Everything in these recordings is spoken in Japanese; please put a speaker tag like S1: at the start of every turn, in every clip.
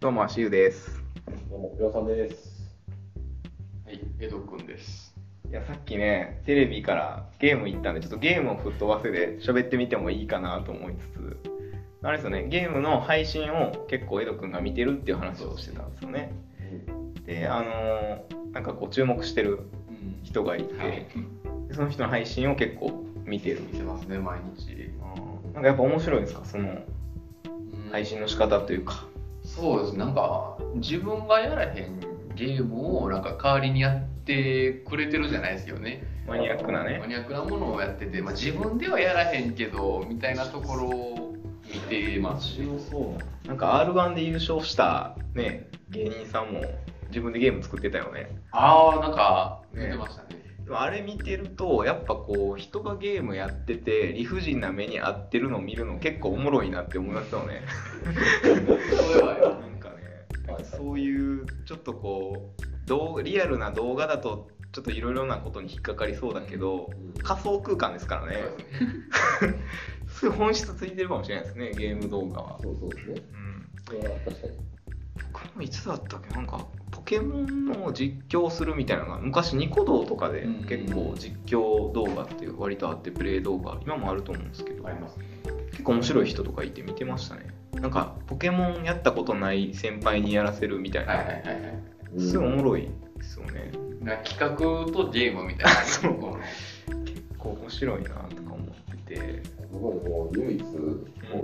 S1: どうも、しゆです。
S2: どうも、りょうさんです。
S3: はい、江戸くんです。
S1: いや、さっきね、テレビからゲーム行ったんで、ちょっとゲームを吹っ飛ばせで喋ってみてもいいかなと思いつつ、あれですよね、ゲームの配信を結構、江戸くんが見てるっていう話をしてたんですよね。で、あのーなんかこう、注目してる
S3: うん
S1: 人がいて、
S3: はい、
S1: でその人の配信を結構見てる。
S3: 見てますね、毎日。
S1: なんかやっぱ面白いですか、その配信の仕方というか。
S3: そうです、なんか、自分がやらへんゲームを、なんか代わりにやってくれてるじゃないですよね。
S1: マニアックな
S3: マ
S1: ね。
S3: ニアックなものをやってて、まあ、自分ではやらへんけど、みたいなところを見てますし。
S2: 強そうな。
S1: なんか R1 で優勝したね、芸人さんも自分でゲーム作ってたよね。
S3: ああ、なんか、見てましたね。
S1: でもあれ見てるとやっぱこう人がゲームやってて理不尽な目に遭ってるのを見るの結構おもろいなって思いましたよね
S3: それは
S1: な
S3: よ
S1: んかねそういうちょっとこうどうリアルな動画だとちょっといろいろなことに引っかかりそうだけど仮想空間ですからね
S3: そうですね
S1: すごい本質ついてるかもしれないですねゲーム動画は、
S2: そうそうですね。
S1: うん、
S2: それは確かに。
S1: 僕もいつだったっけなんかポケモンの実況するみたいなのが昔ニコ動とかで
S3: うん
S1: 結構実況動画っていう割とあってプレイ動画今もあると思うんですけど
S3: ありますね。
S1: 結構面白い人とかいて見てましたねなんかポケモンやったことない先輩にやらせるみたいな、
S3: はいはいはいはい。
S1: すごいおもろいですよね
S3: なんか企画とゲームみ たいな。
S1: そう結構面白いなとか思ってて
S2: 僕ももう唯一、こ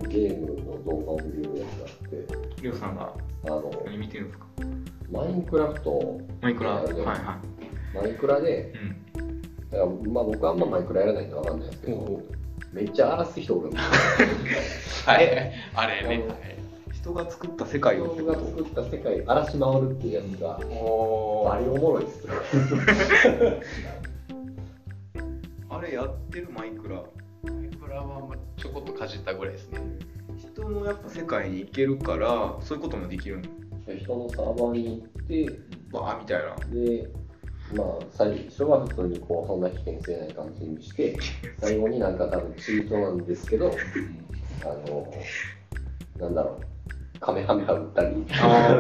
S2: うゲームの動画を見るやつが
S1: りょうさんが
S2: あって、
S1: 何見てるんですか
S2: あの、マインクラフト、
S1: マイクラはい
S2: うん
S1: は
S2: マイクラで
S1: い、、うん、
S2: だからまあ僕はあんまマイクラやらないんでわかんないですけ
S1: おうお
S2: ど
S1: う、
S2: めっちゃ荒らす人おるんですよ。
S3: はい。あれね。はい
S1: 人が作った世界をって
S2: 僕
S1: こ
S2: が
S1: と
S2: 作った世界荒らし回るっていうやつが、
S1: お
S2: あれおもろいっすよ。
S1: あれやってるマイクラ
S3: マイクラはまあちょこっとかじったぐらい ですね。
S1: 人のやっぱ世界に行けるからそういうこともできるん
S2: 人のサーバーに行って、
S1: バーみたいな
S2: で、まあ、最初は普通にこう、そんな危険性ない感じにして、最後になんか多分チートなんですけど、あの、なんだろう、カメハメハ打ったり、
S1: あ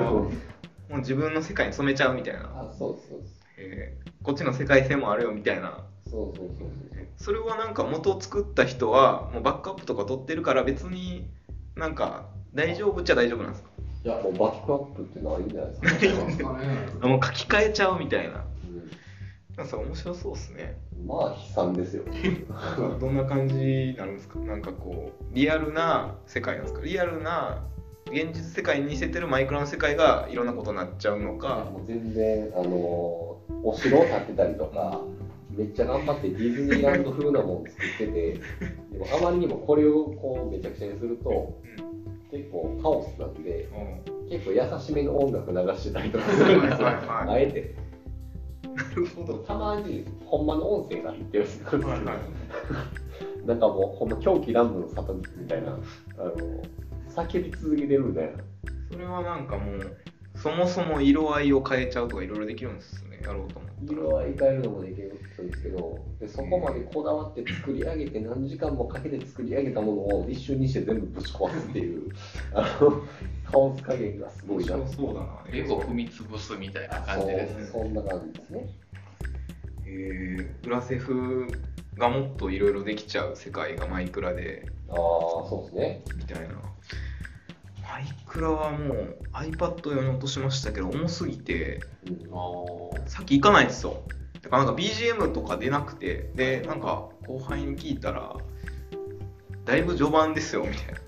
S1: もう自分の世界に染めちゃうみたいな
S2: あそうそう
S1: えーこっちの世界線もあるよみたいな
S2: そうそうそうそう
S1: それはなんか元作った人はもうバックアップとか取ってるから別になんか大丈夫っちゃ大丈夫なんですか
S2: いや、もうバックアップってないんじゃないですか。
S1: あもう書き換えちゃうみたいななんかそれ面白そうですね
S2: うんまあ、悲惨ですよ。
S1: どんな感じになるんですかなんかこうリアルな世界なんですかリアルな現実世界に似せてるマイクラの世界がいろんなことになっちゃうのか
S2: もう全然、あの、お城を建てたりとか、めっちゃ頑張ってディズニーランド風なもの作ってて、でもあまりにもこれをこうめちゃくちゃにすると、
S1: うん
S2: 結構カオスなんで、
S1: うん
S2: 結構優しめの音楽流してたりとかす
S1: はい
S2: る
S1: は
S2: んで
S1: い
S2: すよ。
S1: はい
S2: あえて。
S1: なるほど
S2: たまに、ほんまの音声が入ってるんですよ。
S1: はいはい
S2: なんかもう、ほんま狂気乱舞の里みたいな、あの、叫び続けてるみたいな。
S1: それはなんかもうそもそも色合いを変えちゃうとかいろいろできるんですねやろうと思ったら
S2: 色合い変えるのもできるんですけどで、そこまでこだわって作り上げて、何時間もかけて作り上げたものを一瞬にして全部ぶち壊すっていう、あの、カオス加減がすご
S1: 面
S2: いな。
S1: 白そうだな
S3: レゴ踏み潰すみたいな感じです。
S2: そう、そんな感じですね。
S1: えー、裏セフがもっといろいろできちゃう世界がマイクラで
S2: ああ、そうですね。
S1: みたいなマイクラはもう iPad 用に落としましたけど重すぎて
S2: うん
S1: 先行かないんですよだからなんか BGM とか出なくてでなんか後輩に聞いたらだいぶ序盤ですよみたいな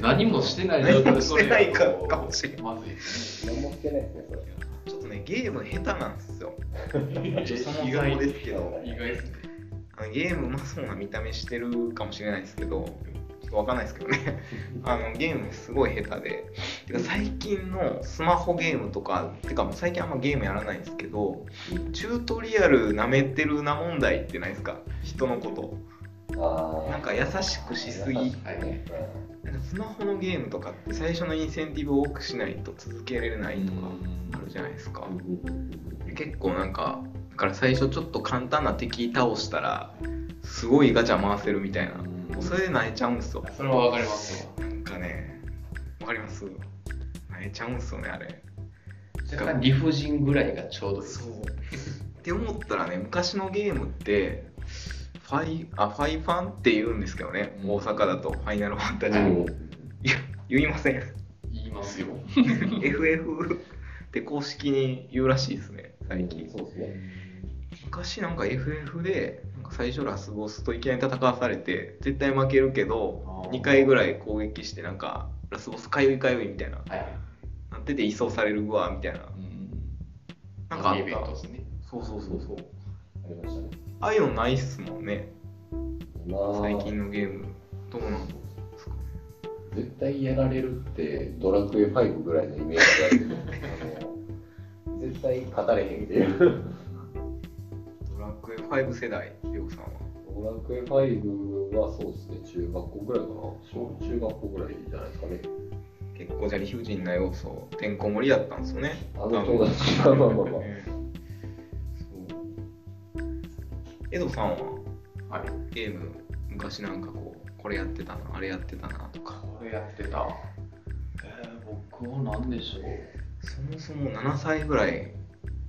S3: 何もしてない状態でそれ
S1: 何もして
S3: やと
S1: ないかもしれ な
S3: まずいです
S2: 何もしてないですね、それ。
S1: ちょっとねゲーム下手なんですよ
S3: ね。
S1: そもそ
S3: 意
S1: も
S3: 外
S1: ですけど
S3: 意外ですね。
S1: あのゲームうまそうな見た目してるかもしれないですけどちょっとわかんないですけどねあのゲームすごい下手でてか最近のスマホゲームとかてかもう最近あんまゲームやらないんですけどチュートリアルなめてるな問題ってないですか人のこと
S2: あー
S1: なんか優しくしすぎ
S3: はい
S2: ね
S1: なんかスマホのゲームとかって最初のインセンティブを多くしないと続けられないとかあるじゃないですか結構なんかだから最初ちょっと簡単な敵倒したらすごいガチャ回せるみたいなもうそれで泣いちゃうんですよ
S3: それはわかりますよ。
S1: なんかねわかります泣いちゃうんすよねあれ
S3: それから理不尽ぐらいがちょうどいい
S1: そうって思ったらね昔のゲームってファイあファイファンって言うんですけどね大阪だとファイナルファンタジー、
S3: う
S1: 言いません
S3: 言いますよ
S1: FF って公式に言うらしいですね最近
S2: そうですね。
S1: 昔なんか FF でなんか最初ラスボスといきなり戦わされて絶対負けるけ
S3: あ
S1: ど
S3: ー
S1: 2回ぐらい攻撃してなんかラスボスかゆいかゆいみたいな
S3: はい、
S1: なってて移送されるわみたいな
S3: うん、
S1: なんかあ
S3: イ
S1: っ
S3: ベント
S1: た
S3: ですね
S1: そうそうそうそう
S2: ありましたね。
S1: ああいうのないっすもんね
S2: まあ、
S1: 最近のゲームどうなんですか
S2: 絶対やられるって、ドラクエ5ぐらいのイメージがあるけどあの、絶対勝たれへんっていう。
S1: ドラクエ5世代りょうさんは
S2: ドラクエ5はそうですね、中学校ぐらいかな。小中学校ぐらいじゃないですかね。
S1: 結構じゃあ理不尽な要素てんこ盛りだったんですよね
S2: あの友達が、まあまあまあ。
S1: そう江戸さんは
S3: はい
S1: ゲーム昔なんかこうこれやってたなあれやってたなとか
S3: これやってたえー、僕は何でしょう
S1: そもそも7歳ぐらい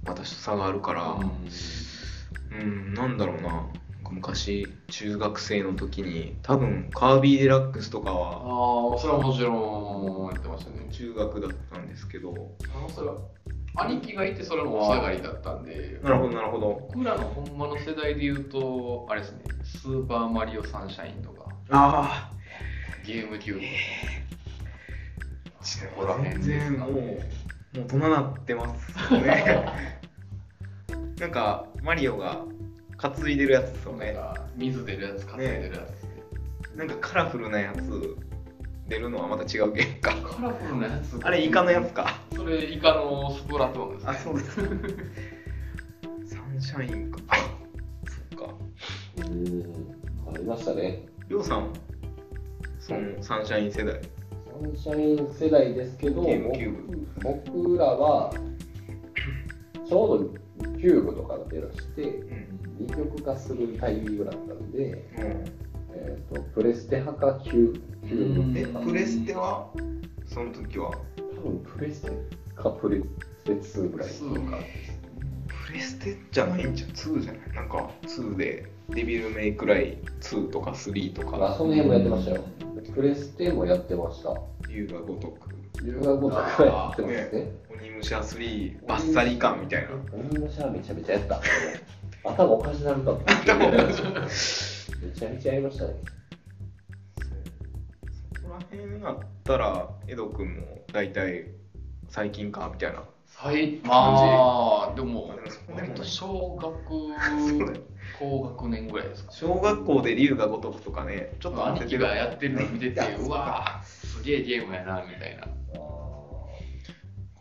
S1: 私と差があるからうんなんだろうななんか昔中学生の時に多分カービィデラックスとか
S3: あ
S1: は
S3: あそれはもちろんやってましたね
S1: 中学だったんですけど
S3: あのそれは兄貴がいてそれもお下がりだったんで
S1: なるほどなるほど
S3: 僕らのほんまの世代で言うとあれですね「スーパーマリオサンシャイン」とか
S1: ああ
S3: ゲームキューブとかここら辺
S1: 全
S3: です
S1: 然
S3: か
S1: もう
S3: ね
S1: もう大人なってますよね なんかマリオが担いでるやつですよ
S3: なん
S1: ね
S3: か水出るやつ風出るやつですね
S1: なんかカラフルなやつ出るのはまた違うゲームか
S3: カラフルなやつ
S1: あれイカのやつか
S3: それイカのスプラトゥーンです ね
S1: あそうですサンシャインかそっか
S2: うん、ありましたね。
S1: りょうさんそのサンシャイン世代
S2: サンシャイン世代ですけど、
S1: ゲームキュー
S2: 僕僕らは、ちょうどキューブとかが出だして、
S1: うん
S2: 二極化するタイミングだったんで、
S1: うん
S2: えー、とプレステ派かキュキューブ
S1: え
S2: 派か
S1: プレステはその時は
S2: 多分プレステかプレステ2ぐらい
S3: スーカーですね
S1: プレステじゃないんじゃん2じゃないなんか2でデビルメイクライ2とか3と
S2: あ
S1: か
S2: その辺もやってましたよプレステもやってました
S1: 龍が如く
S2: 留学後とかやってますね
S1: 鬼武者3バッサリ感みたいな
S2: 鬼のシャアめちゃめちゃやった頭おかしなるかもめちゃめちゃやりましたね
S1: そこら辺になったら江戸君も大体最近かみたいな
S3: はいまあでも
S1: でもそこでも
S3: 割と小学
S1: そうだよ
S3: 高学年ぐらいですか
S1: 小学校で龍が如くとかねちょっと
S3: 兄貴がや
S1: っ
S3: ってるの 見ててうわーすげえゲームやなみたいな
S2: あ
S1: こ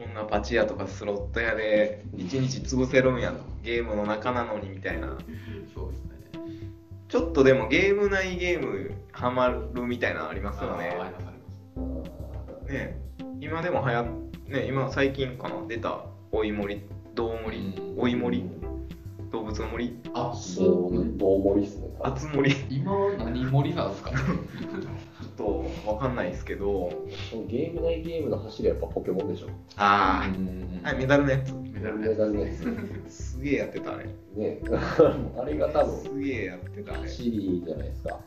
S1: んなパチ屋とかスロット屋で1日潰せるんやとゲームの中なのにみたいな
S3: そうですね
S1: ちょっとでもゲーム内ゲームハマるみたいなのありますよね
S3: あーありますあります
S2: ーあ
S1: ね今でもはやね今最近かな出たおい森どう森
S3: うん
S1: おい森動物の森
S3: あ
S2: ー
S3: そ
S2: も
S3: う
S2: う棒盛りっすね
S1: あつ森ち
S3: 今は何盛りなんですかね
S1: ょっとわかんないですけど
S2: ゲーム内ゲームの走りはやっぱポケモンでしょ
S1: あ
S3: うん
S1: あはいメダルのや
S3: メダルの
S2: メ
S3: やつ
S2: ダルのやつ
S1: つすげえやってたあれ
S2: ねあれが多分
S1: すげえやってたあれ
S2: 走りじゃないですか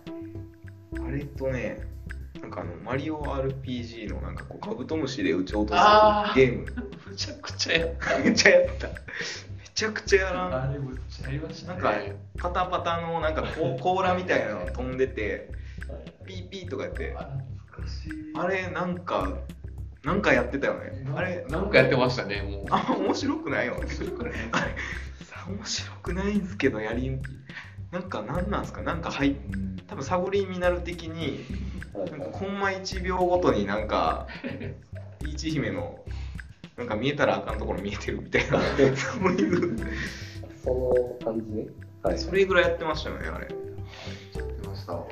S1: あれとねなんかあのマリオ RPG のなんかこうカブトムシで撃ち落とす
S3: あー
S1: ゲーム
S3: むちゃくちゃや
S1: めっちゃやっためちゃくちゃやらん
S3: あれむっちゃやりましたね
S1: なんパタパタのなんかこう甲羅みたいなの飛んでてピーピーとかやって
S3: あ懐かしい
S1: あれなんかなんかやってたよねあれ
S3: なんかやってましたねもう
S1: あんま面白くないよね
S3: それからね
S1: あれさ面白くないんですけどやりなんかなんなんですかなんか入っ多分サブリミナル的に
S2: はい
S1: なんかコンマ1秒ごとになん かピーチ姫のなんか見えたらあかんところ見えてるみた いなそういう
S2: その感じね。はい。
S1: それぐらいやってましたよねあれ
S3: やってましたわ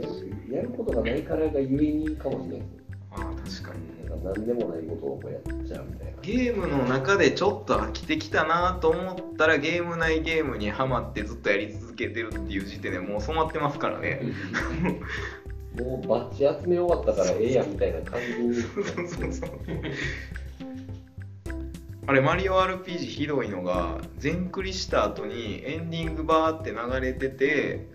S2: やるやることがないからがゆえにかもしれない
S1: あー確かに
S2: ですね。なんか何でもないことをこうやっちゃうみたいな。
S1: ゲームの中でちょっと飽きてきたなと思ったらゲーム内ゲームにはまってずっとやり続けてるっていう時点でもう染まってますからね
S2: もうバッチ集め終わったからええやみたいな感じに
S1: そうそうそう あれマリオ RPG ひどいのが全クリした後にエンディングバーって流れてて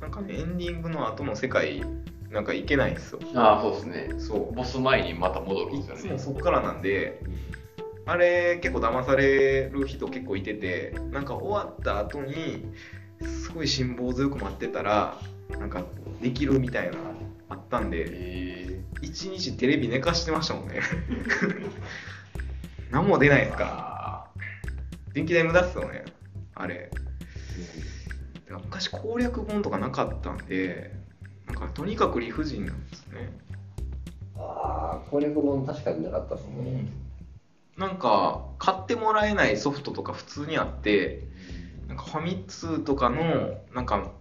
S1: なんかねエンディングの後の世界なんか行けないんですよ
S3: ああ、そうですね。
S1: そ
S3: ボス前にまた戻
S1: う
S3: る
S1: い
S3: んです
S1: つ
S3: よ
S1: も
S3: ね。
S1: そっからなんであれ結構騙される人結構いててなんか終わった後にすごい辛抱強く待ってたらなんかできるみたいなのあったんで
S3: え
S1: 一日テレビ寝かしてましたもんね 何も出ないですから電気代無駄っすよねあれだから昔攻略本とかなかったんでなんかとにかく理不尽なんですね、
S2: ああ攻略本確かになかったですね、
S1: なんか買ってもらえないソフトとか普通にあってなんかファミ通とかのなんか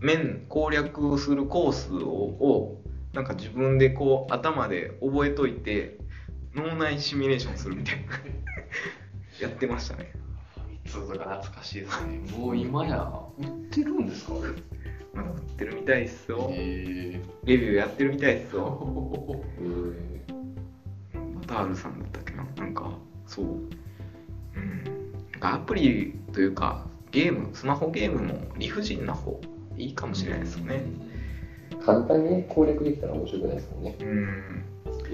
S1: 面攻略するコースををなんか自分でこう頭で覚えといて脳内シミュレーションするみたいな やってましたね
S3: いつとか懐かしいですね。もう今や、売ってるんですか
S1: まだ売ってるみたいっすよ
S3: え
S1: レビューやってるみたいっす
S3: ー
S1: よ
S2: うん
S1: バタールさんだったっけななんかそううんなんかアプリというかゲームスマホゲームも理不尽な方いいかもしれないですよね。
S2: 簡単にね攻略できたら面白くないですもんね
S1: うん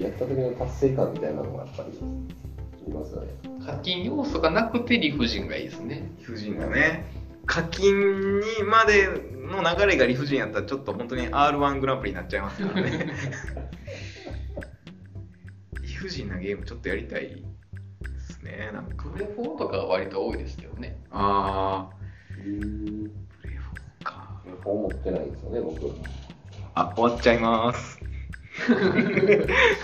S2: やった時の達成感みたいなのがやっぱりいますよね
S3: 課金要素がなくて理不尽がいいですね。
S1: 理不尽だね課金にまでの流れが理不尽やったらちょっと本当に r 1グランプリになっちゃいますから ね理不尽なゲームちょっとやりたいですねなんか
S3: プレフォーとかは割と多いですけどね。
S1: ああ
S2: うん
S1: プレイフォーか
S2: 本持ってないんですよね僕
S1: あ終わっちゃいます